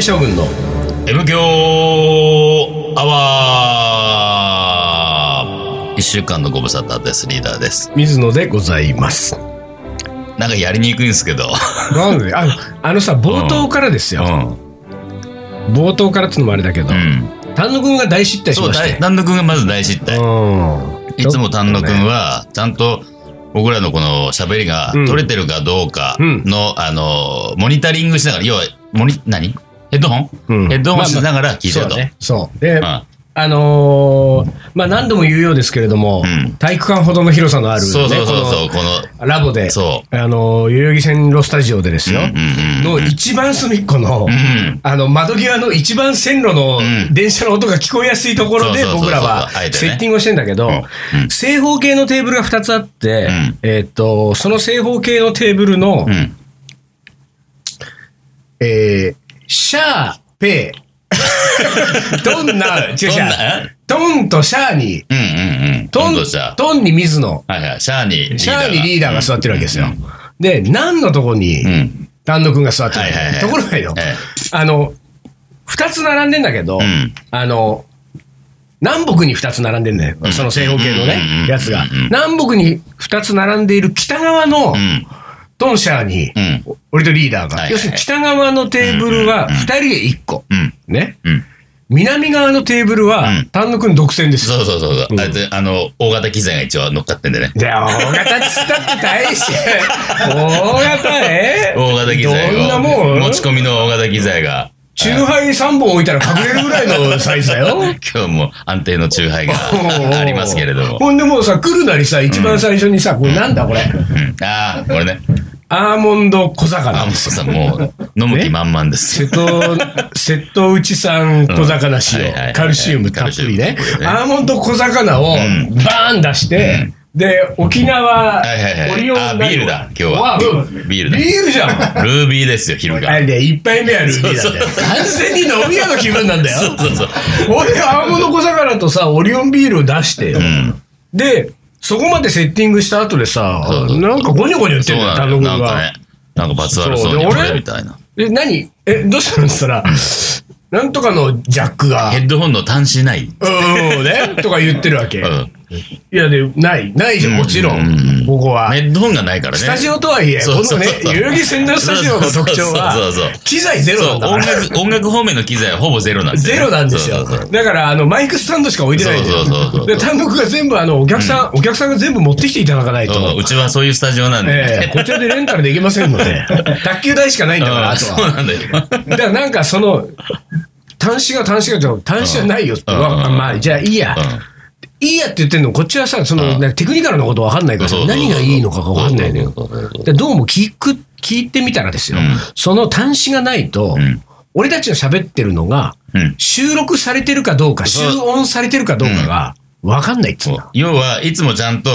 将軍の M 強アワー一週間のご無沙汰です。リーダーです。水野でございます。なんかやりにくいんですけど。なんであのあのさ、冒頭からですよ。ん。冒頭からってのもあれだけどう、ん。丹野くんが大失態しそう、ましだたいよ。丹野くんがまず大失態。いつも丹野くんは。は、ちゃんと僕らのこの喋りがうん取れてるかどうかうんの、あの、モニタリングしながら、要は、モニ、何ヘッドホン、うんヘッドホンしながら聞いてると。そう。で、うんあのーまあ何度も言うようですけれどもうん、体育館ほどの広さのあるね、そうそうそうそう、ここの、のラボで、そあのー代々木線路スタジオでですう。うよん、うんうん。の一番隅っこの、うん。あの、窓際の一番線路のうん電車の音が聞こえやすいところでそうそうそ僕うそうらはあえてセねッティングをしてんだけどうんう、ん正方形のテーブルが2つあってうん、えーっと、その正方形のテーブルのう、ん。えーシャー、ペ ー。どんな、違う違うどんトなンとシャーに、うんうんうん。トン今度じゃ、トンに水野、はいはい、シャアにリーダーが。シャーにリーダーが座ってるわけですようん。で、何のとこにうん。丹野くんが座ってるはいはいはいところがよ、えあの、2つ並んでんだけどうん、あの、南北に2つ並んでんだよ。その正方形のうんうんうねん、やつがうんうんうん。南北に2つ並んでいる北側のえうん。トンシャーにう、ん。俺とリーダーはいはが。い要するに北側のテーブルはうんう2んうん人で1個。うん。ね。うん。南側のテーブルはうん、丹野くん独占ですよ。そうそうそうそう、うんあれであの、大型機材が一応乗っかってんでね。で、大型っつったって大して、 大型ね。大型機材どんなが。もん持ち込みの大型機材が。チューハイ3本置いたら隠れるぐらいのサイズだよ。今日も安定のチューハイが ありますけれども。ほんでもうさ、来るなりさ、一番最初にさ、これなんだこれ。うん、ああ、これね。アーモンド小あ、も魚う。さ、もう、飲む気満々です。 瀬戸、瀬戸内産小魚うんは塩いはいはいは、いカルシウムたっぷりねカルシウムたっアぷ。りねーモンド小魚をんバーン出して、で、沖縄はいはいはい、オリオンあービールだ今日はわあビールだビールじゃんルービーですよ、昼あが。れね、一杯目はルービーなんだよそう。完全に飲み屋の気分なんだよ。そうそうそう。俺、アーモンド小魚とさ、オリオンビールを出してよう。ん。で、そこまでセッティングした後でさそうそ、うなんかゴニョゴニョ言ってそうんだよ、な田ん野だ君よ。なんかがね。、なんか罰悪そうにそうでこ俺れみたいな。え、何 え、どうしたのって言ったら、なんとかのジャックがヘ、ッドホンの端子ない。うーん、ね、とか言ってるわけ。ういん。や、で、ない、ないじゃん、もちろうんうんうんん、ここはヘ。ッドホンがないからね。スタジオとはいえ、こそうそのうねそう、代々木線のスタジオの特徴そうそうそうはそう、機材ゼロそなうんだか音ら。 楽、音楽方面の機材はほぼゼロなんですゼロなんですよ。だから、あの、マイクスタンドしか置いてないんだよそうそうそうそうで、単独が全部、あの、お客さん、お客さんが全部持ってきていただかないと。うちはそういうスタジオなんで。ええこちらでレンタルできませんの で、卓球台しかないんだから、あとそうは。なんだよ。だからなんかその、端子が端子が、端子がないよって、うんわうんまあ、じゃあいいや。いいやって言ってんの、こっちはさ、その、うんなんかテクニカルなことわかんないからさそうそうそう何がいいのかがわかんないのよそうそうそうそ。うでどうも聞く、聞いてみたらですよ、うんその端子がないと、ん俺たちの喋ってるのが、うん収録されてるかどうか、収そう音されてるかどうかが、わかんないっつうそんうだ。要は、いつもちゃんと、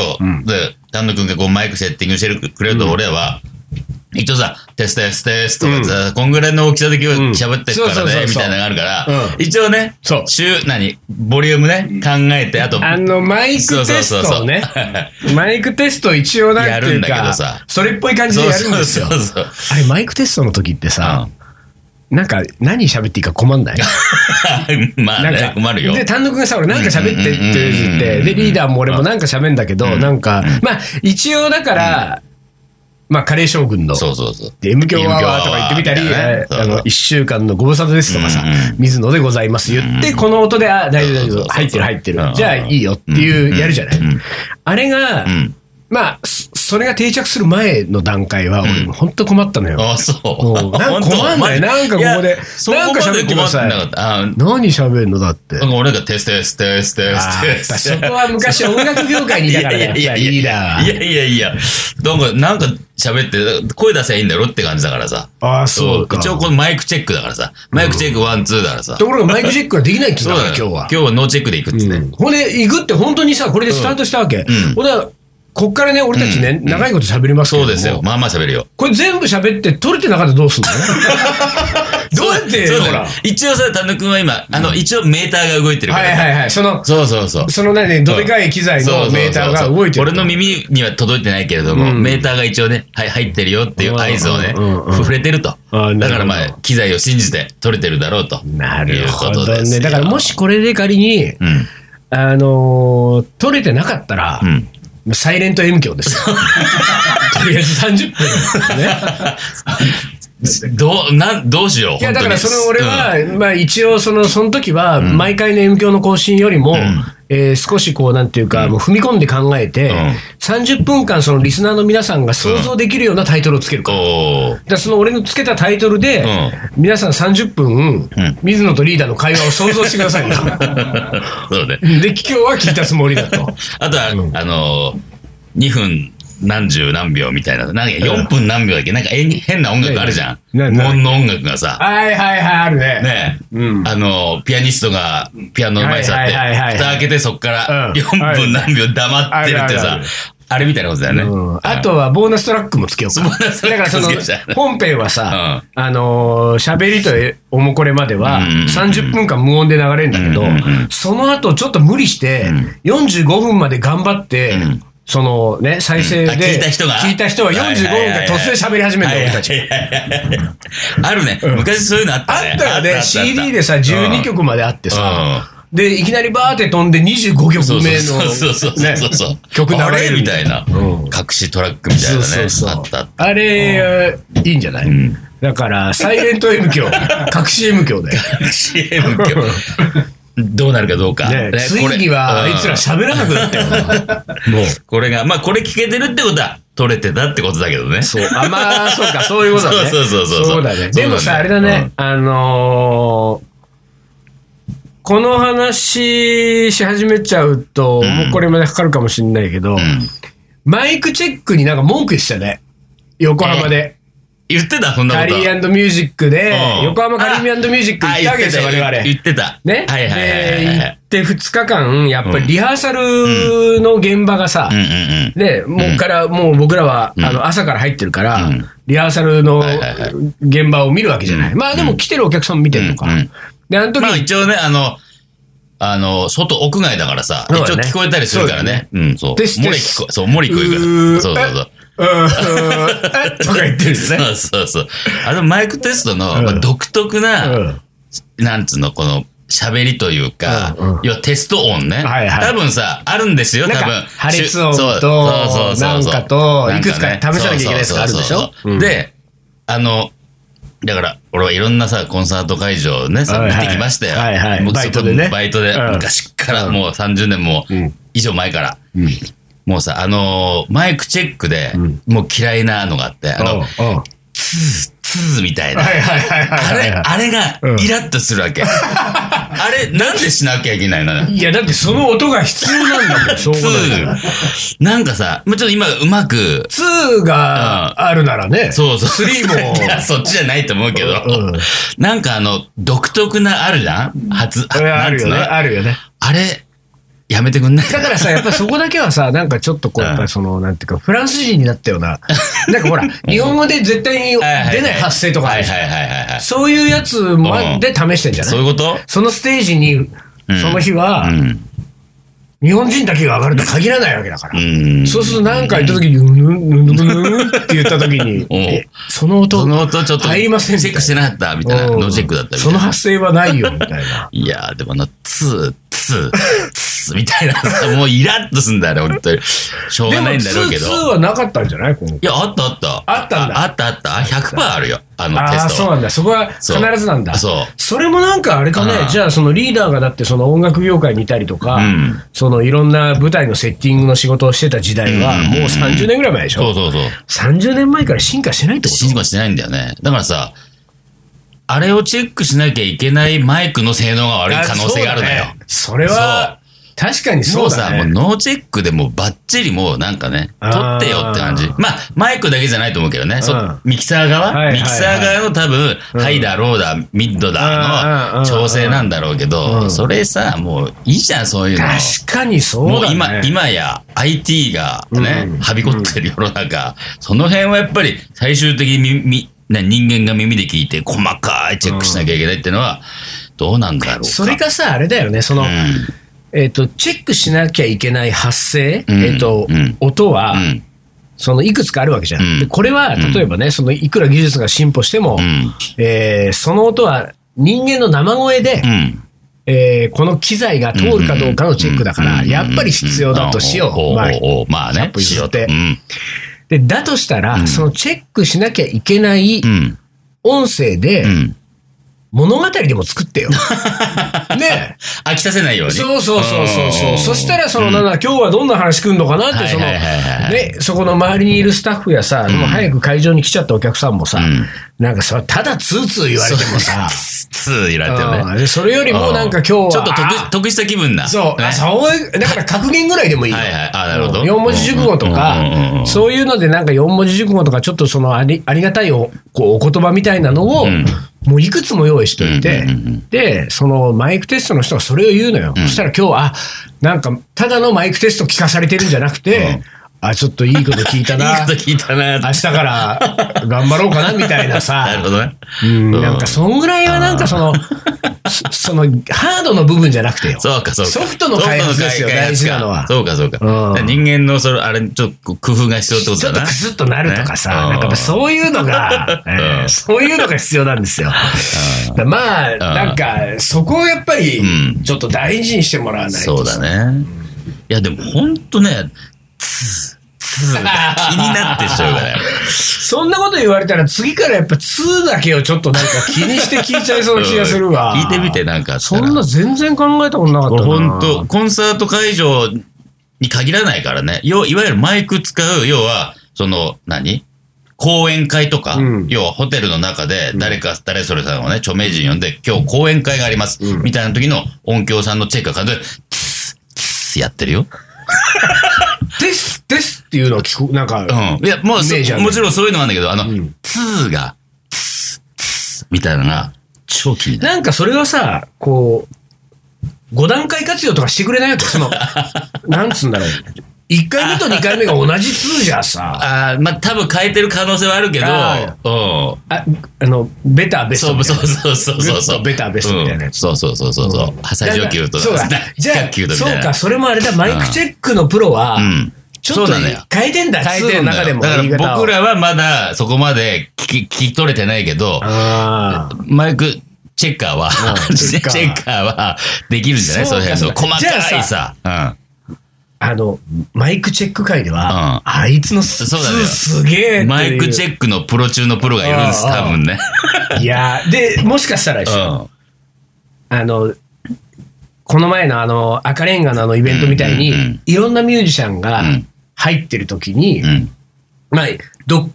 で、丹野くんがこうマイクセッティングしてるくれると、俺は、一応さ、テストテストテストとかさ、こんぐらいの大きさで今日喋ってるかそらうそうそうそうね、みたいなのがあるからうん、一応ねそう、週、何、ボリュームね、考えて、あと、あの、マイクテストをねそうそうそう、マイクテストを一応なんてやいるうんだけかどさ、それっぽい感じでやるんですよそ。うそうそう。あれ、マイクテストの時ってさ、なんか、何喋っていいか困ん ないうん まあなんねか、困るよ。で、単独がさ、俺なんか喋ってって言っうんうんうんうて、んで、リーダーも俺もなんか喋んだけど、なんか、まあ、一応だから、まあ、カレー将軍の、そうそうそう。で M 響アワーとか言ってみたり、 M 響アワーみえたいなねーあの、一週間のご無沙汰ですとかさうんう、水野でございます言って、この音で、あ、大丈夫大丈そうそうそう夫、入ってる入ってるう、んじゃあいいよっていうう、んやるじゃないうん。あれがん、まあ、そそれが定着する前の段階は、俺、本当困ったのよ。あそうお。うなんか困んないなんかここでいやそこまなんか喋ってくださいで困ってなかった。あなん何喋るのだって。か俺がテストテストテストテあスーやトっテぱスそト。こは昔音楽業界にいたからね、やっぱりリーダいーやいやいや、なんか、なんか喋って、声出せばいいんだろって感じだからさ。は。ああ、そうか。一応とこのマイクチェックだからさ。マイクチェックワン、ツーだからさ。ころがマイクチェックができないって言そっうたかだら、よ今日は。今日はノーチェックで行くっつって。うんほんで、行くって本当にさ、これでスタートしたわけ。んほんで、こっからね、俺たちね、長いこと喋りますけそどうもですよ。。まあまあ喋るよ。 これ全部喋って、取れてなかったらどうすんのどうやってそうほだらよ一応さ、丹野くんは今、あの、一応メーターが動いてるかはら。いはいはい。その、そうそうそう。その何、どでかい機材そうそうそうそのうメーターが動いてる。俺の耳には届いてないけれども、メーターが一応ね、はい、入ってるよっていう合図をね、うんうんうん触れてると。あなるほどだからまあ、機材を信じて取れてるだろうと。なるほいうことどですね。よだからもしこれで仮に、うん。あのー取れてなかったら、うん。サイレント M 響です よ。とりあえず30分、ね。どう、なん、どうしよいう。や、だから本当そにの俺、は、まあ一応その、その時は、毎回の M 響の更新よりも、えー少しこう、なんていうか、もう踏み込んで考えて、ん30分間そのリスナーの皆さんが想像できるようなタイトルをつけるう かんら。おーだからその俺のつけたタイトルで、う皆さん30分、水野とリーダーの会話を想像してくださ いよ。そうね。で、今日は聞いたつもりだと。あとは、あのー、2分何十何秒みたいな、なんか4分何秒だっけ、なんかえ変な音楽あるじゃん。ななモンの音楽がさ、はいはいはい、あるね。ねあのー、ピアニストがピアノの前に座って、はいはいはいはい蓋開けてそっからうん4分何秒黙ってるってあるあるさある、あれみたいなことだよね。うんあとはボーナストラックもつけようか。ボーナストだラかッらクそものつけちゃう本編はさ、あのー、喋りとおもこれまではうんうんうん30分間無音で流れるんだけどうんうんう、その後ちょっと無理して45分まで頑張って、そのね、再生であ聞いた人が聞いた人が45分間突然喋り始めるんだよ、俺たち。あるね。昔そういうのあったあね。ったよね、CD でさ、12曲まであってさ、で、いきなりバーって飛んで25曲目そうのそうそうそうそうそうそう、ね曲流あれれるみたいな、隠しトラックみたいなねそうそうあそっうたあったあれ、いいんじゃない、だから、サイレント M 響、隠し M 響で。 CM 今日どうなるかどうか、ね、ねつこれいには、あいつらうん喋らなくなったよな。もう。これがまあこれ聞けてるってことは取れてたってことだけどねそう。あ、 まあ、そうか、そういうことだね。そうそうそうそうそうだね。でもさ、あそうれなだんだよね、あのーこの話し始めちゃうと、んもうこれまでかかるかもしれないけど、マイクチェックになんか文句言ってたね。横浜で。言ってたそんなカことリーミュージックでう、ん横浜カリーミュージック行ったわけですよ、あ我々。言ってた言ねっ。てたはいはいはいはいはいで、行って2日間、やっぱりリハーサルの現場がさうん、うんうんね、もうから、もう僕らは、あの、朝から入ってるから、リハーサルのはいはいはい現場を見るわけじゃない。まあでも来てるお客さんも見てるのかうんうん。で、あの時まあ一応ねあのあの外屋外だからさ、そう一だ応ね聞こえたりするからねうんそうです漏れです聞こえそう漏れ聞こえるうーからそうそうそううーん、 えとか言ってるよね。 そうそうそう。あのマイクテストの、んまあ独特な、うんなんつうの、この、喋りというか、うんうんいや、テスト音ね。はいはい多分さ、あるんですよ、な多んか分。破裂音しゅそうとそうそうそうそうなんかとなんねいくつか試さなきゃいけないやつがあるでしょそうそうそううんで、あの、だから、俺はいろんなさ、コンサート会場をね、さ、はい見はいてきましたよ。はいはいもうバイトでねバイトで、うん昔から、もう30年もん以上前から。もうさ、あのーマイクチェックで、もう嫌いなのがあって、あうんのうん、ツー、ツーみたいな。はいはいはいあはいれ、はあれがうんイラッとするわけ。あれ、なんでしなきゃいけないのい。いや、だってその音が必要なんだもん、しょうがないから。 2。なんかさ、もうちょっと今うまく、 2があるならね。そうそう。 3もいやそっちじゃないと思うけどうん。なんかあの、独特なあるじゃんう初、んあなんるつようね。のあるよね。あれ、やめてくんないだからさ、やっぱりそこだけはさ、なんかちょっとこう、うんやっぱりその、なんていうか、フランス人になったような、なんかほら、日本語で絶対に出はいはいはいない発声とかあはいるじはゃん、いはいはいはい。そういうやつまで試してんじゃなそうい、いうことそのステージに、んその日うは、ん。日本人だけが上がると限らないわけだかうら。ん。そうするとなんか言った時に、うん、うん、うん、うんって言った時に、んえその音、その音ちょっと、入りませんみたいチェッなクしてなかったみたいな。うんノーチェックだったみたいそのな。発声はないよ、みたいな。いやー、でもあの、ツー、ツー、ツーみたいな さ、もうイラッとすんだよね、本当に。しょうでがも、ないんだろうけ2、ど。 2いはなかったんじゃない今回や、あったあった。あったんだああったあった。あ100%あるよ、あのテああー、スそトうは。なんだ。そこは必そうずなんだ。そう。それもなんかあれかね、うんじゃあそのリーダーがだってその音楽業界見たりとか、うんそのいろんな舞台のセッティングの仕事をしてた時代は、うんうんうもんう30年ぐらい前でしょ、そうそうそう。 30年前から進化してないってこ進化してないんだよね。だからさ、あれをチェックしなきゃいけないマイクの性能が悪とい可能性があるのよ。それは、確かにもそううさ、だもうね。ノーチェックでもうバッチリもうなんかね、撮あーってよって感じ。まあ、マイクだけじゃないと思うけどね。そうんミキサーはいはい側はいミキサー側の多分、ハイだ、ローだ、ミッドうんうんうんだうのん調整なんだろうけど、それさ、もういいじゃん、そういうの。確かにそうもうだね。今、今や IT がね、はびこってる世の中、その辺はやっぱり最終的にみみね、人間が耳で聞いて細かいチェックしなきゃいけないっていうのは、どうなんだろうか。それがさ、あれだよね、その、えっ、と、チェックしなきゃいけない発声、うんえっ、と、うん音は、うんそのいくつかあるわけじゃん。うんでこれは、例えばね、そのいくら技術が進歩しても、うんえーその音は人間の生声で、うん。えーこの機材が通るかどうかのチェックだから、うんやっぱり必要だとしよう。おおまあおおまあね100、歩譲ってしようとうん。で、だとしたら、そのチェックしなきゃいけないうん。音声で、うん。物語でも作って よ。ねえ飽きさせないように。そうそうそうそうそんう。そしたら、その、なんだ、今日はどんな話来るのかなって、その、はいはいはいはいね、そこの周りにいるスタッフやさ、もう早く会場に来ちゃったお客さんもさ、なんかさ、ただツーツー言われてもさ、つーいられてもうね。んでそれよりもなんか今日は、ちょっとあ得得した気分な。そう、ねあそういう、だから格言ぐらいでもいいよ。はいはいあなるほどうん四文字熟語とうんうんうんうか、んそういうのでなんか四文字熟語とか、ちょっとそのありありがたいおこうお言葉みたいなのを、んもういくつも用意しておいて、うんうんうで、そのマイクテストの人がそれを言うのよ。そしたら今日は、あ、なんかただのマイクテスト聞かされてるんじゃなくて、あ、ちょっといいこと聞いた いいなこ。と聞いたな。明日から頑張ろうかなみたいなさ。 なるほどね。うんなんか、そんぐらいはなんかその、そ その、ハードの部分じゃなくてよ。そうか、そうか。ソフトの開発ですよソフトの開発大事なのはそうか、そうか。うん人間の、それ、あれ、ちょっと工夫が必要ってことちょだっとな。クスッとなるとかさ、ねなんかやっぱそういうの が、えーそういうのが必要なんですよ。だまあ、なんか、そこをやっぱり、ちょっと大事にしてもらわないと。そうだね。いや、でも、ほんとね、つー、つーが気になってしょうがない。 そんなこと言われたら次からやっぱ2だけをちょっとなんか気にして聞いちゃいそうな気がするわ。うん聞いてみて、なんかあったそら。んな全然考えたことなかったこれな。本当コンサート会場に限らないからね。要いわゆるマイク使う、要は、その、何講演会とか、うん要はホテルの中で誰か、誰それさんをね、著名人呼んで、今日講演会があります、みたいな時の音響さんのチェックが必ず、ツッ、ツッやってるよ。です、ですっていうのを聞く、なんか、うん。いや、もうそイメージあるもちろんそういうのはあるんだけど、あの、ツーが、ツッ、ツッみたいなのが、超気になる。なんかそれはさ、こう、5段階活用とかしてくれないわけ その、なんつうんだろう。1回目と2回目が同じ2じゃさ、ああ、まあ、多分変えてる可能性はあるけど、あうん。あ、あの、ベターベスそトうみたそいうそうそうそうそう。グッとベタベストみたいなやつうんそうそうそうそうそう。破砕な。上級とそうだ。じゃあ下級、とみたいそうな。か、それもあれだ、マイクチェックのプロはん、ちょっとそうなのよ変えてんだ、変えて2んのだ中よでもだ言いか方らを。僕らはまだそこまで聞き、聞き取れてないけど、あーマイクチェッカーは、うん チチェッェカーッカーはできるんじゃないそそうのか辺そうのか細かいじさ。うん。あの、マイクチェック会ではうん、あいつの2そうだねすげえマイクチェッェックのプロ中のプロがいるんです、うんうん多分ね。ク。いやーで、もしかしたらでうすよん。あの、この前のあの、赤レンガのあのイベントみたいに、うんうんうんいろんなミュージシャンがん入ってる時に、うん。まあ、どっ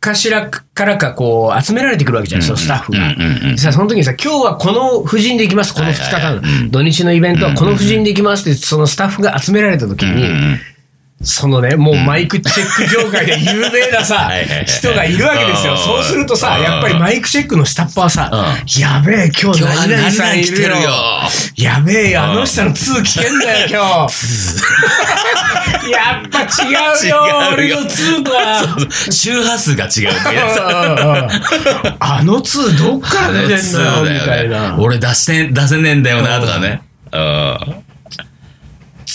かしらからかこう、集められてくるわけじゃない、そのスタッフが。うんうんうんさあ、その時にさ、今日はこの夫人で行きます、この2日間、はいはいはいうん土日のイベントはこの夫人で行きますって、そのスタッフが集められた時うんに、うんそのね、もうマイクチェック業界で有名なさはいはいはいは、い人がいるわけですよ。うんそうするとさ、うんやっぱりマイクチェックの下っ端はさ、やべえ、今日今日は何々何さ々んい来るてるよよ。。 やべえよ、あの人の2聞けんだよ、今日。 やっぱ 違うよ、違う俺よの2とは。周波数が違うってや つ。あの2どっから出てんそうだよ、みただいよなね。。俺出して、出せねえんだよな、とかね。うん。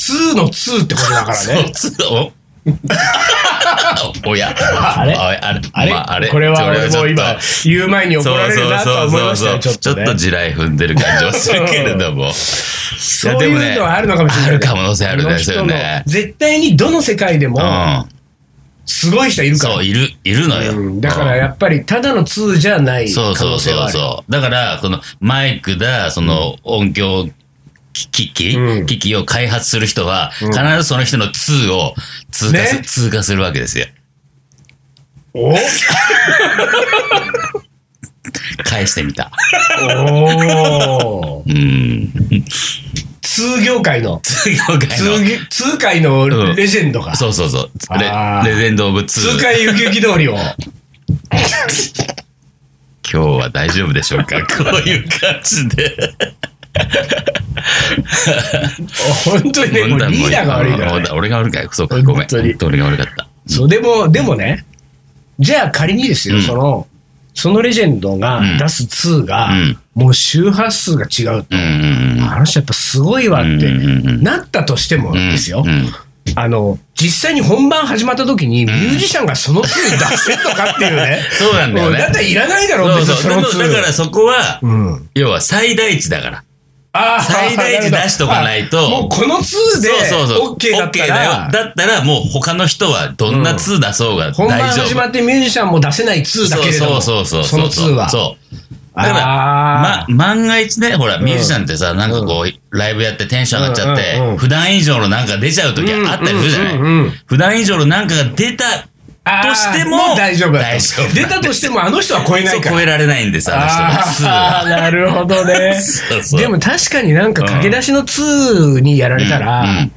2の2ってことだから そね。う、 つ、おおや。あれああれあれ,、まああれこれは俺そもうれ今は言う前にちょっと怒られるなとは思いましたよ、ちょっちょとっね。と地雷踏んでる感じはするけれども。そういうのはあるのかもしれない。ある可能性あるですよねあの人の絶対にどの世界でもうすごい人いるん。かそらう、いる、いるの。うんよ。だからやっぱりただの2じゃない可そうそ能う性はあそうる。そう。だから、このマイクだ、その音響機器、うん機器を開発する人は、必ずその人の2を通過す,、ね通過するわけですよ。お返してみた。おーうん。通業界の、通業界通の。業通界のレジェンドが、そうそうそう。レあーレジェンド・オブ・ツー通。界ゆきゆき通りを。今日は大丈夫でしょ うかこういう感じで。本当にね、もうもうリーダーが悪いから、ねもう。俺が悪いから。そうか、ごめん。本当に本当俺が悪かった。そう、でも、でもね、じゃあ仮にですよ、その、そのレジェンドが出す2が、うんもう周波数が違うと、うんあの人やっぱすごいわってうんうんうんなったとしてもうん。ですよ、うん。あの、実際に本番始まった時に、ミュージシャンがその2に出せんのかっていうね そうなんだよねもだったらいらないだろう、そ別うにそう。そのでも2。だからそこは、うん。要は最大値だから。あー最大値出しとかないとあもうこの2でそうそうそう。 OK だった OK だよ。ら、だったらもう他の人はどんな2出そうが大丈夫。本番始まってミュージシャンも出せない2だけれども、そうそうそうその2は。そう。だから、あま、万が一ね、ほら、んミュージシャンってさ、なんかこう、ライブやってテンション上がっちゃっうんうんうてん、普段以上のなんか出ちゃう時あったりするじゃうんうんうなんい普段以上のなんかが出たあーとしてもう大丈夫だと大丈夫出たとしても、あの人は超えなそいうから超。えられないんです、あの人はツーあは。ーなるほどね そうそうでも確かになんか駆け出しの2にやられたら、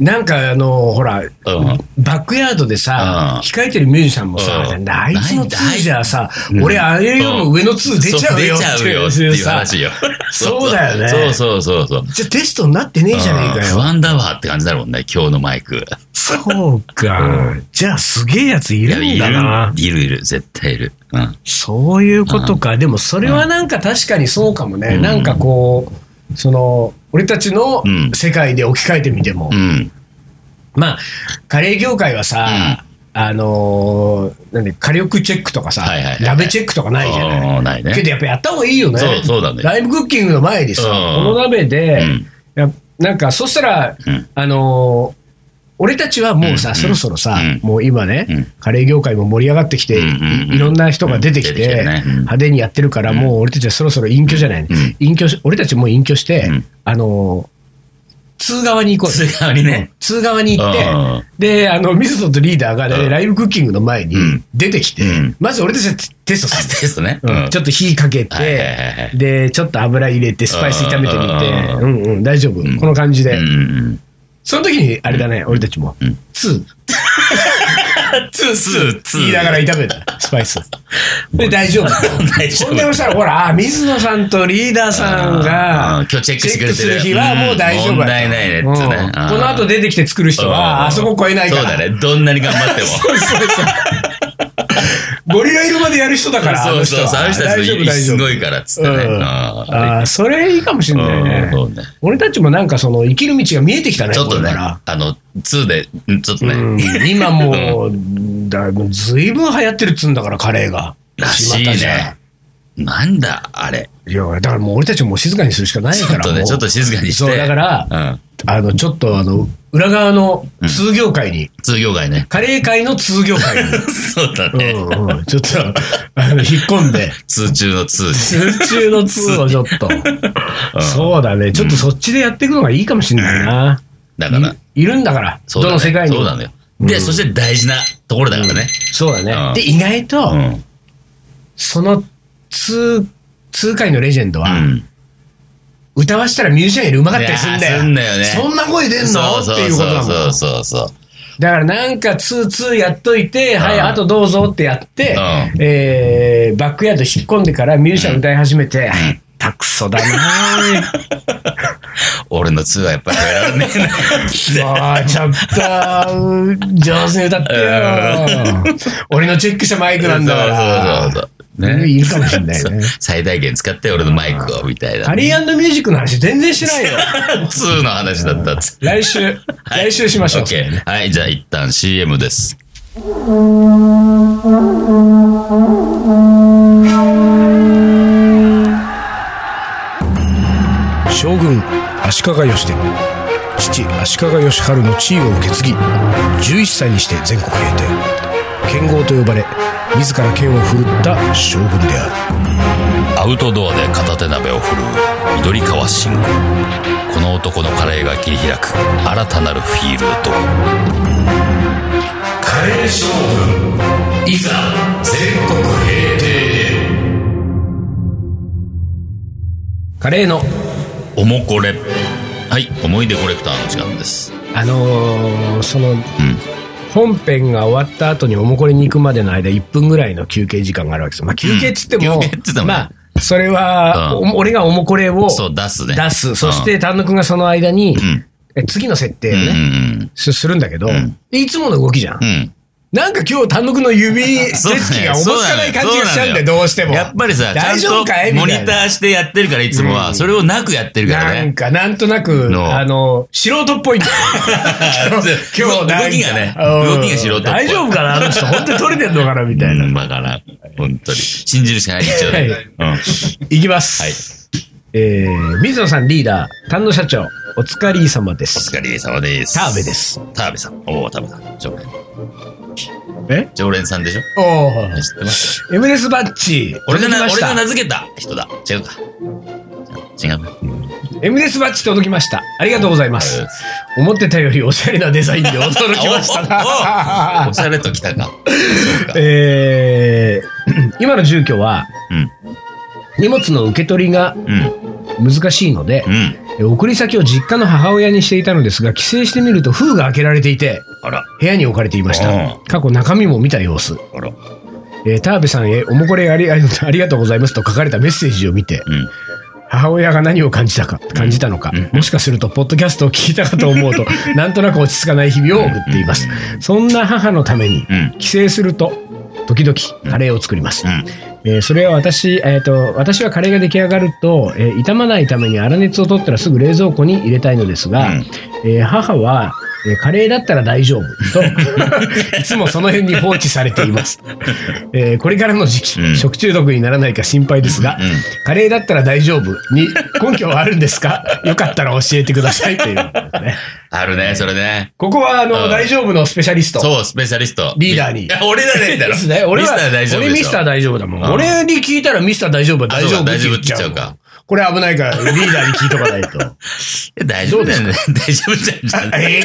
なんかあのほらうん。うん。バックヤードでさ、うん控えてるミュージシャンもさ、うんあいつの2じゃさ、ん俺あれよりも上の2出ちゃうよそ出ちゃうよっってていういうさ、話よ。 そうだよねそうそうそうそう。じゃあテストになってねえじゃねえかうん不よ。安だわって感じだろうね、今日のマイク。そうか。じゃあすげえやついるんだな。いるいる、絶対いる。うん。そういうことか。でもそれはなんか確かにそうかもね。うんなんかこう、その、俺たちのうん世界で置き換えてみても、うん。 まあ、カレー業界はさ、あのーなんで、火力チェックとかさ、はいはいはいはい鍋チェックとかないじゃない。おーないね。けどやっぱやった方がいいよね。そうそうだねライブクッキングの前にさ、うんこの鍋で、うんやなんか、そしたら、うんあのー俺たちはもうさ、うんそろそろさ、うんもう今ね、うんカレー業界も盛り上がってきて、うんうんうんいいろんな人が出てき出てきて、てねうん派手にやってるから、もう俺たちはそろそろ隠居じゃない、うん隠居し俺たちもう隠居して、うんあのー通側に行こうよ通側にね。通側に行ってうん、で、あの、水野とリーダーがね、うんライブクッキングの前にうん出てきて、うんまず俺たちはテストする。ですね。うんちょっと火かけはいはいはいて、はで、ちょっと油入れて、スパイス炒めてうみて、うんうん、大丈夫。この感じうでん。うんその時に、あれだね、俺たちもん、ツー。ツー、ツー、 ツー言いながら炒めた、スパイ ス。で、大丈夫。大丈夫こんなのしたら、ほら、あ、水野さんとリーダーさんあがー、今日チェックしてくれてるチェックする日はもう大丈夫だうん問題ないねってねうんあーこの後出てきて作る人は、あそこ超えないから。そうだね。どんなに 頑張っても。ゴリラ色までやる人だから、そうそうそう。ああのの人人たはちすごい。いからっつってうね。ん、うんああそれいいかもしれないねうんそうね俺たちもなんかその生きる道が見えてきたねちょっとこね、れからあの、2で、うんちょっとね、うん今もうだいぶずいぶん流行ってるっつうんだからカレーがらしい巷じゃね。なんだ、あれ。いやだからもう俺たちも静かにするしかないちかょっらともね、うちょっと静かにして。そうだからうん。あのちょっとあの裏側の通業界に、通業 界ね。カレー界の通業界 にそうだうね。ん、うん、ちょっとあの引っ込んで通中の通に。通中の通をちょっと、そうだねちょっとそっちでやっていくのがいいかもしれないな、だから、いいるんだからそうだどねの世界にもそうなのよ。で、そして大事なところだからね。そうだね、うんで意外と、うん。その通通界のレジェンドは、うん歌わしたらミュージシャンより上手かったりするんだよいやーすんだよねそんな声出んのそうっそていううことだそうもんそうそうそう。だからなんか通通やっといて、はいうんあとどうぞってやって、うえーバックヤード引っ込んでからミュージシャン歌い始めて、たくそだなー俺の2はやっぱり超えられねえな。もうちょっと上手に歌ってよ俺のチェックしたマイクなんだからそうそうそうそう。いるかもしんないね そう最大限使って俺のマイクをみたいな。ハリーミュージックの話全然しないよ2の話だったっつって。来週来週しましょう、オッケーはい、じゃあ一旦 CM です。将軍足利義で父足利義晴の地位を受け継ぎ11歳にして全国平定剣豪と呼ばれ自ら剣を振るった将軍であるアウトドアで片手鍋を振るう緑川信吾この男のカレーが切り開く新たなるフィールドカレー将軍いざ全国平定へカレーのおもこれはい思い出コレクターの時間ですあのーそのうん本編が終わった後におもこれに行くまでの間1分ぐらいの休憩時間があるわけですよ。まあ休憩っつっても、うん休憩っつってもねまあそれは、うんお俺がおもこれをそう出すね出す。そして丹野くんがその間に、うんえ次の設定をうんうね、んすするんだけど、んでいつもの動きじゃん。うんなんか今日単独の指手つそうだねきがおぼつかない感じがしちゃうんだよ、どうしても。やっぱりさ、ちゃ大ん丈夫とかいみモニたいタな。ーしてやってるから、いつもは。それをなくやってるからなんね。か、なんとなく、のあの、素人っぽいんだよ 今日 今日動なんかきがねうん動きが素人っぽい大丈夫かなあの人、本当に取れてんのかなみたいな。うん、バカな。本当に。信じるしかない、一応ね。うん。いきます。えー、水野さんリーダー、丹野社長、お疲れ様でおす。疲れ様です。ターベで。す。ターベさん。おお、ターベさん。常連。え常連さんでしょおお。知ってますエムレスバッジ。俺がな、届きまし俺たが名付けた人だ。違うか。違うか。エムレスバッジ届きました。ありがとうございます。思ってたよりおしゃれなデザインで 驚きましたおおおなお。しゃれときたか。そうか えー、 今の住居は、うん。荷物の受け取りがうん。難しいのでう、ん。送り先を実家の母親にしていたのですが、帰省してみると封が開けられていて、あら、部屋に置かれていましうた。過去中身も見た様子。あら。えー、田辺さんへおもこれありあ りありがとうございますと書かれたメッセージを見て、うん。母親が何を感じたか、感じたのか、もしかすると、ポッドキャストを聞いたかと思うと、 なんとなく落ち着かない日々を送っています。そんな母のために、うん。帰省すると、時々カレーを作ります。うん。えーそれは私、えーと、私はカレーが出来上がると、えー傷まないために粗熱を取ったらすぐ冷蔵庫に入れたいのですが、うんえー母は、えーカレーだったら大丈夫 と、いつもその辺に放置されています。えーこれからの時期、うん食中毒にならないか心配ですが、うんカレーだったら大丈夫に根拠はあるんですかよかったら教えてくださいということでね。あるね、それね。ここは、あの、うん大丈夫のスペシャリスト。そう、スペシャリスト。リーダーにいや、 俺らでいいんだろ。ですね。俺ミはスター大丈夫でしょ。俺ミスター大丈夫だもん。うん俺に聞いたらミスター大丈夫は大丈夫って言っちゃあそううか大丈夫って言っちゃうかこれ危ないから、リーダーに聞いとかないと。 いや、大丈夫だよね。大丈夫じゃん。いえ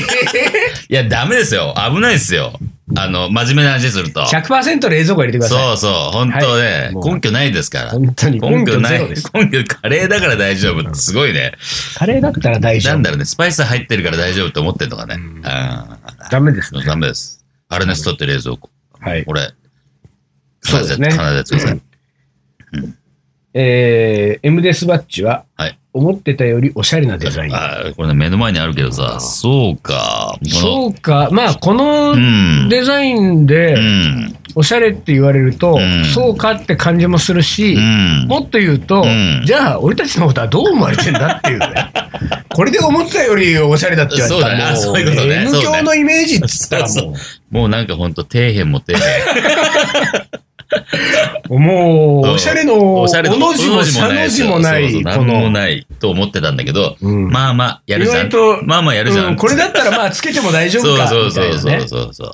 や、ダメですよ。危ないですよ。あの、真面目な話すると。ー、100%冷蔵 庫入れてください。そうそう。本当ね、はい根拠ないですから。本当に根拠ない根拠ない。根拠、カレーだから大丈夫ってすごいね。カレーだったら大丈なん夫。だろうね、スパイス入ってるから大丈夫って思ってんのかね。うん。ダメですね。ダメです。アルネストって冷蔵庫。はい。俺、そうですね必ずやってください。えー、エムデスバッジは、はい。思ってたよりおしゃれなデザイン。あーこれね、目の前にあるけどさ、そうか。こそうか。まあ、こののうん。デザインうで、ん。おしゃれって言われるとうん、そうかって感じもするし、うん。もっと言うと、うんじゃあ、俺たちのことはどう思われてんだっていう ね。これで思ってたよりおしゃれだって言われたらそうもだねあそういうことね M そうね教のイメージっつったらもう、そうもうなんかほんと、底辺も底辺。もう、うんおしゃれの、おおしゃれの字も、さの字もない、そうそうこ何もの、ないと思ってたんだけど、うんまあまあ、やるじ意ゃん外と。まあまあ、やるじゃ。うんん、これだったらまあ、つけても大丈そ夫うか、そうみたそいうなそうね。そうそう。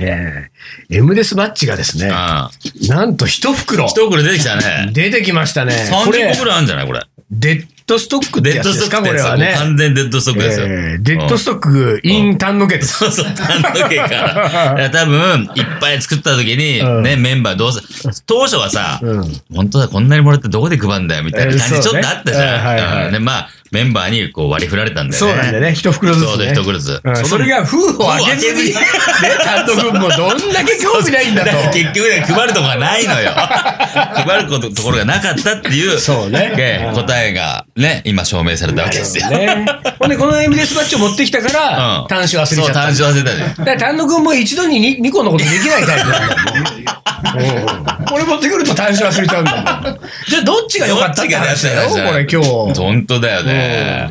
ええエムデスバッジがですね、ああ。なんと一袋、一袋出てきたね。出てきましたね。こ30れ個、ぐらいあるんじゃないこれ。デッドストックってデッやドつでスすトッか、クこでれすはよ。ね。完全デッドストックですよ。ええデッドストック、インタンのケです。そうそう、単独系から。 いや多分、いっぱい作った時に、うんね、メンバーどうせ、当初はさ、うん本当だ、こんなにもらってどこで配んだよ、みたいなえ感ーじちそうょっねとあったじはいはいはいゃんうん。で、まあ、メンバーにこう割り振られたんだよそね。うなんだよね。一袋ずそうつ、だね。よ、一袋ずうんつ。それが封を開けずに、ね、封を単独もうどんだけ興味ないんだと。結局ね、配るとこがない のよ。配ることところがなかったっていう、そうねええ答えがね、今証明されたわけですよ。ね、ほんで、この MDS バッジを持ってきたから、うん端子忘れちゃそっう、た。単子忘れたね。だから、丹野くんも一度に 2, 個のことできないタイプなんだもん。これ持ってくると端子忘れちゃうんだもん。じゃあ、どっちが良かったって話だよ、これ今日。本当だよね。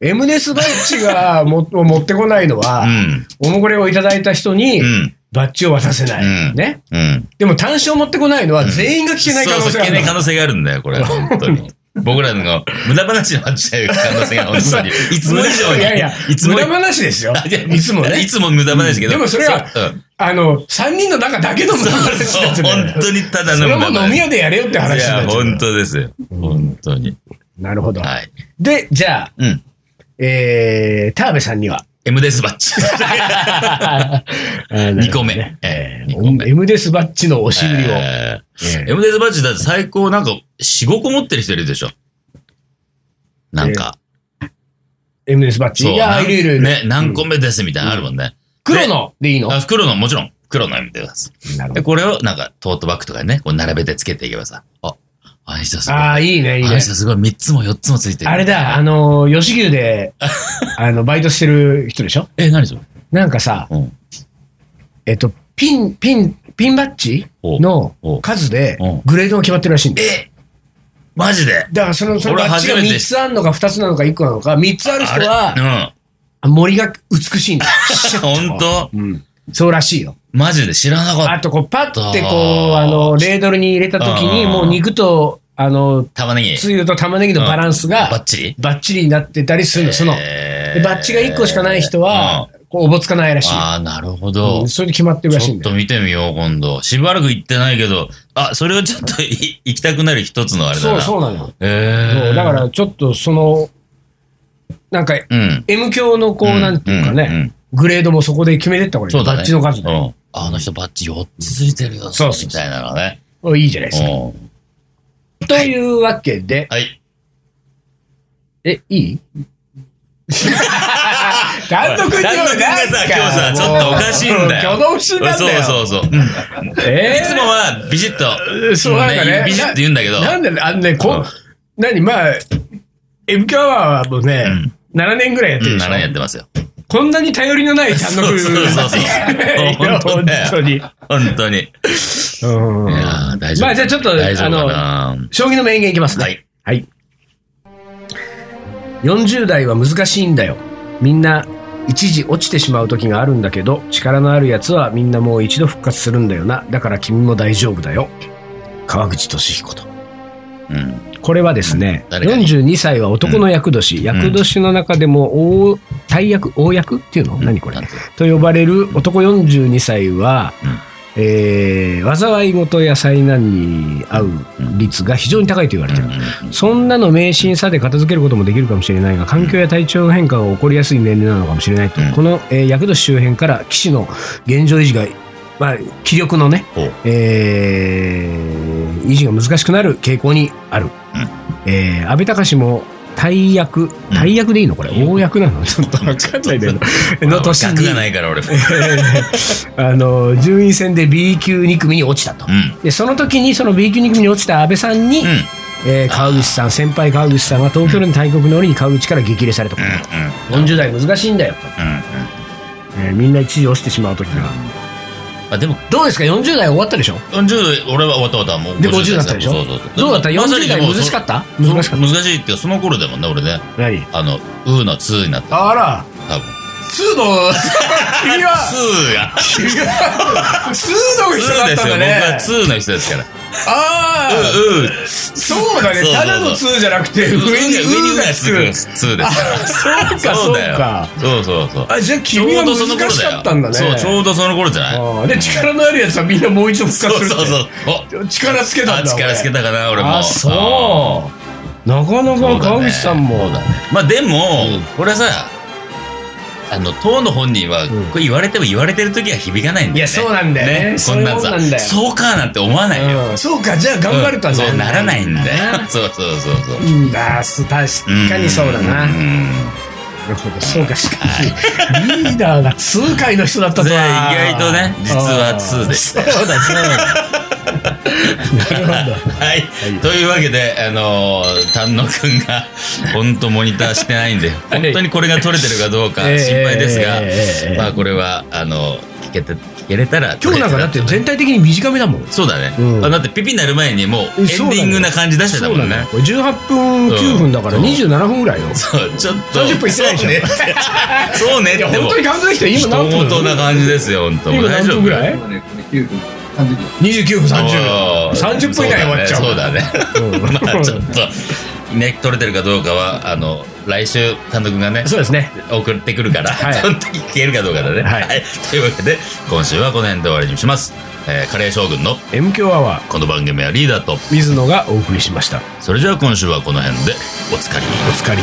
MDS バッジがもを持ってこないのは、うんおもこれをいただいた人にうん、バッジを渡せない。うんね。うん。でも、端子を持ってこないのは、全員が聞けない可能性そうそうがあ聞けるないんだ可能性があるんだよ、こ れ。本当に。僕らの無駄話になっちゃう可能性が本 当に。いつも以上に。いやいや、いつも無駄話ですよ。いつもね。 いつも無駄話だけど。でもそれはそううん、あの、3人の中だけの無駄話だっそてうね本当にただそのれ無駄は話。もう飲み屋でやれよって話いになっや、ちゃう本当ですよ。本当に。なるほど。はい。で、じゃあ、うん。えー、田辺さんには。 M デスバ ッチ。 2 2個目。えー二個目。エムデスバッジのおしぶりを。えーええ M デスバッジだって最高なんか4、5個持ってる人いるでしょ。なんか。エムデスバッジ。そう。いやなー、んいるいるいる。ね、何個目ですみたいなのあるもんね。黒のでいいのあ黒の、もちろん。黒の M デス。なるほで、どこれをなんかトートバッグとかにね、こう並べてつけていけばさ。あ、あの人すごい。あああ、いいね、いいのね。人すごい。3つも4つもついてる。あれだ、あのー、吉牛 で、あの、バイトしてる人でしょえ、何それなんかさ、うん。えっと、ピン、ピン、ピンバッジのお数でおグレードが決まってるらしいんです。えマジでだからその、その俺バッジが初めて3つあるのか2つなのか1個なのか、3つある人はあれ、うん。森が美しいんだ。シュッと本当うん。そうらしいよ。マジで知らなかっあとこうパッてこう、あーあの、レードルに入れた時に、うんもう肉と、あの、た。玉ねぎ。つゆと玉ねぎのバランスが、バッチリバッチリになってたりするの、その。えでーバッチが1個しかない人は、こうおぼつかないらしい。ああ、なるほうどん。それで決まってるらしちいょんっだとよ。見てみよう、今度。しばらく行ってないけど、あ、それをちょっとい行きたくなる一つのあれだそな。う、そうなのよ。えーそうだからちょっとその、なんか、うん。 M 教のこう、うんなんていうかうんうねん、グレードもそこで決めてった方がいい。そうだね。バッジの数でう。んあの人バッジ4つついてるよ。そうそうそうみたいなのがね。いいじゃないですか。うんというわけで、はい。え、い い単独に丹野くんがさ、今日さ、ちょっとおかしいんだよ。挙動不審なんだよ。そうそうそう。うんえいつもはビシッと、そうもなんかねビシッと言うんだけどー、、なんで、あのね、こ、何、まあ、エブキャワーはもうね、うん7年ぐらいやってうるん、でしょ7。年やってますよ。こんなに頼りのない単独そうそうそうそういや本当 本だよ当に。本当に。いうんやー大丈夫。まあじゃあちょっと大丈夫かな将棋の名言いきますね。はい。はい。40代は難しいんだよ。みんな一時落ちてしまう時があるんだけど、力のあるやつはみんなもう一度復活するんだよな。だから君も大丈夫だよ。川口俊彦と。うん。これはですね、誰かに42歳は男の厄年、厄年の中でも大大役、大役っていうの、何これなんていうのと呼ばれる男42歳は、えー災い事や災難に遭う率が非常に高いと言われている。そんなの迷信さで片付けることもできるかもしれないが、環境や体調の変化が起こりやすい年齢なのかもしれないと。うんこの、えー、厄年周辺から騎士の現状維持が、まあ、気力のね、ほうえー維持が難しくなる傾向にある。えー安倍隆も大役、大役でいいのこれ、うん大役なのちょっ とわかんないんだけど、の年学がに、ないから俺。うん。 あの、順位戦で B 級2組に落ちたと。で、その時にその B 級2組に落ちた安倍さんに、うん。うん。えー川口さん、先輩川口さんが東京での対局の折に川口から激励されたことだと。40代難しいんだよと、うん。うん。えーみんな一時落ちてしまう時が。あ、でも、どうですか ?40 代終わったでしょ40代、俺は終わった終わった。もうで50だったでしょそうそうそうどうだったまさ ?40 に代もう難しかったそ難しかっ難しいっていうか、その頃だもんね、俺ね。た。何あの、うーのツーになった。あら、多分。 2の、君ツは、ーが。君が、2のツ人ーだでったすんだよ。僕はね。ツーの人ですから。ああ、うー、うー。そうだね。そうそうそうただの2じゃなくて、上上にに、上に2うががつつく。く。 2ですから。そうか、そうそうだよか。そうそうそう。あ、じゃあ君は難しかったんだね。そう、ちょうどその頃じゃないあーで、力のあるやつはみんなもう一度復そう活する。そうそう。おう。力つけたあんだ。力つけたかな、俺俺も。あ、そう。なかなあー。そうかだね川口さんも。そうだねまあでもうん、これさ、あの、当の本人はん、これ言われても言われてる時は響かないんだよいね。やそうなんだよねこんなんそういうもんさなんだ、よそうかなんて思わないよ。うんそうか、じゃあ頑張るとはうんそうならないんだよ。な そうそうそうそう。うんだ、す確かにそうだな。なんるほど、そうか、しかし、リーダーが痛快の人だったとは。で意外とね実は2でしたあーそうだ、そうだ。なるほど。はい、というわけで、あのー丹野くん が、本当モニターしてないんで、い本当にこれが取れてるかどうかええ心配ですが、ええええまあこれは、あの、聞けて、聞けれたら、 今日なんかだって全体的に短めだもん。そうだね、うんあ。だってピピになる前にもうエンディングな感じ出してたもんね。これ18分9分だからうん27分ぐらいよ。そう、ちょっと。 30分いってないでしょ。そういねでや、も本当に感動して今人何分事な感じですよ、本当。今何分ぐらい今ね、これ9分30秒。 ?29 分おー30分。30分以内で終わっちゃう。そうだね。そうだね まあちょっと、ね、取れてるかどうかは、あの、来週、単独がね、そうですね。送ってくるから、はいその時聞けるかどうかだね。はいというわけで、今週はこの辺で終わりにします。えーカレー将軍の M 強アワー、この番組はリーダーと、水野がお送りしました。それじゃあ今週はこの辺で、おつかり。お疲れ。